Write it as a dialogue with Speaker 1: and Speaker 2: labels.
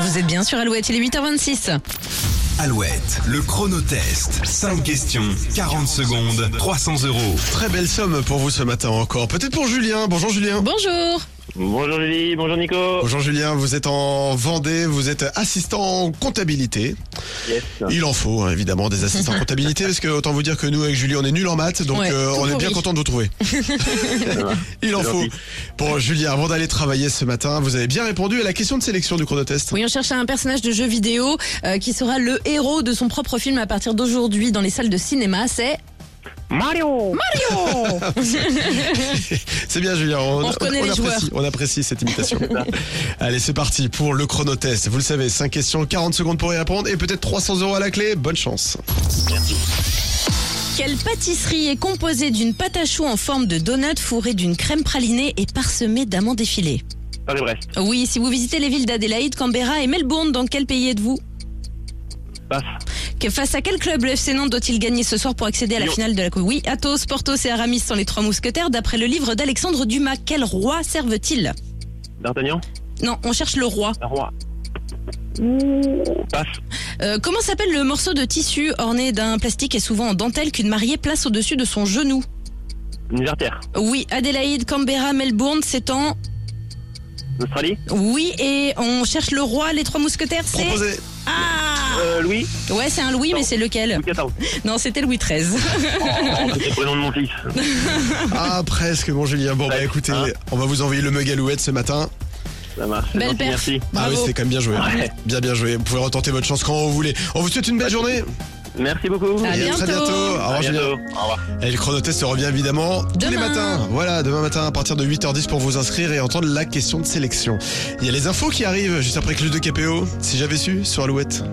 Speaker 1: Vous êtes bien sur Alouette, il est 8h26.
Speaker 2: Alouette, le chronotest. 5 questions, 40 secondes, 300 euros.
Speaker 3: Très belle somme pour vous ce matin encore. Peut-être pour Julien. Bonjour Julien.
Speaker 1: Bonjour.
Speaker 4: Bonjour Julie, bonjour Nico.
Speaker 3: Bonjour Julien, vous êtes en Vendée, vous êtes assistant en comptabilité.
Speaker 4: Yes.
Speaker 3: Il en faut hein, évidemment des assistants en comptabilité parce que autant vous dire que nous avec Julien on est nuls en maths donc
Speaker 1: Ouais,
Speaker 3: euh,
Speaker 1: tout
Speaker 3: on est bien
Speaker 1: pourri.
Speaker 3: content de vous trouver. Il en
Speaker 4: C'est
Speaker 3: faut.
Speaker 4: gentil.
Speaker 3: Bon Julien, avant d'aller travailler ce matin, vous avez bien répondu à la question de sélection du chronotest.
Speaker 1: Oui, on cherche un personnage de jeu vidéo euh, qui sera le héros de son propre film à partir d'aujourd'hui dans les salles de cinéma. C'est
Speaker 4: Mario
Speaker 1: Mario
Speaker 3: C'est bien Julien, on,
Speaker 1: On reconnaît les joueurs.
Speaker 3: apprécie, on apprécie cette imitation. Allez c'est parti pour le chronotest. Vous le savez, 5 questions, 40 secondes pour y répondre et peut-être 300 euros à la clé. Bonne chance.
Speaker 1: Quelle pâtisserie est composée d'une pâte à choux en forme de donut fourrée d'une crème pralinée et parsemée d'amandes effilées
Speaker 4: Paris Brest,
Speaker 1: Oui, si vous visitez les villes d'Adélaïde, Canberra et Melbourne, dans quel pays êtes-vous
Speaker 4: passe.
Speaker 1: Que- Face à quel club le FC Nantes doit-il gagner ce soir pour accéder à la
Speaker 4: Lyon.
Speaker 1: finale de la Coupe Oui, Athos, Porthos et Aramis sont les trois mousquetaires. D'après le livre d'Alexandre Dumas, quel roi servent-ils
Speaker 4: D'Artagnan,
Speaker 1: Non, on cherche le roi.
Speaker 4: un roi. Passe.
Speaker 1: Euh, comment s'appelle le morceau de tissu orné d'un plastique et souvent en dentelle qu'une mariée place au-dessus de son genou
Speaker 4: Une artère.
Speaker 1: Oui, Adélaïde, Canberra, Melbourne, c'est en...
Speaker 4: Australie,
Speaker 1: Oui, et on cherche le roi, les trois mousquetaires, c'est...
Speaker 3: Proposez.
Speaker 1: Ah
Speaker 4: euh, Louis,
Speaker 1: Ouais, c'est un Louis, mais c'est lequel
Speaker 4: Louis XIV.
Speaker 1: Non, c'était Louis XIII.
Speaker 4: C'est le prénom de mon fils.
Speaker 3: Ah presque bon Julien. Bon bah
Speaker 4: Presque,
Speaker 3: écoutez,
Speaker 4: hein.
Speaker 3: on va vous envoyer le mug alouette ce matin.
Speaker 4: Ça marche. c'est
Speaker 1: Belle
Speaker 4: gentil,
Speaker 1: perf.
Speaker 4: Merci.
Speaker 3: Ah oui
Speaker 1: Bravo.
Speaker 3: c'était quand même bien joué.
Speaker 4: Ouais.
Speaker 3: Bien bien joué. Vous pouvez retenter votre chance quand vous voulez. On vous souhaite une belle journée.
Speaker 4: Merci beaucoup.
Speaker 1: À
Speaker 3: Et très bientôt.
Speaker 1: bientôt.
Speaker 3: Au
Speaker 4: À
Speaker 3: revoir Julien.
Speaker 4: bientôt. Au revoir.
Speaker 3: Et le chronotest se revient évidemment tous les
Speaker 1: Demain.
Speaker 3: matins. Voilà, demain matin à partir de 8h10 pour vous inscrire et entendre la question de sélection. Il y a les infos qui arrivent juste après Club de KPO, si j'avais su, sur Alouette.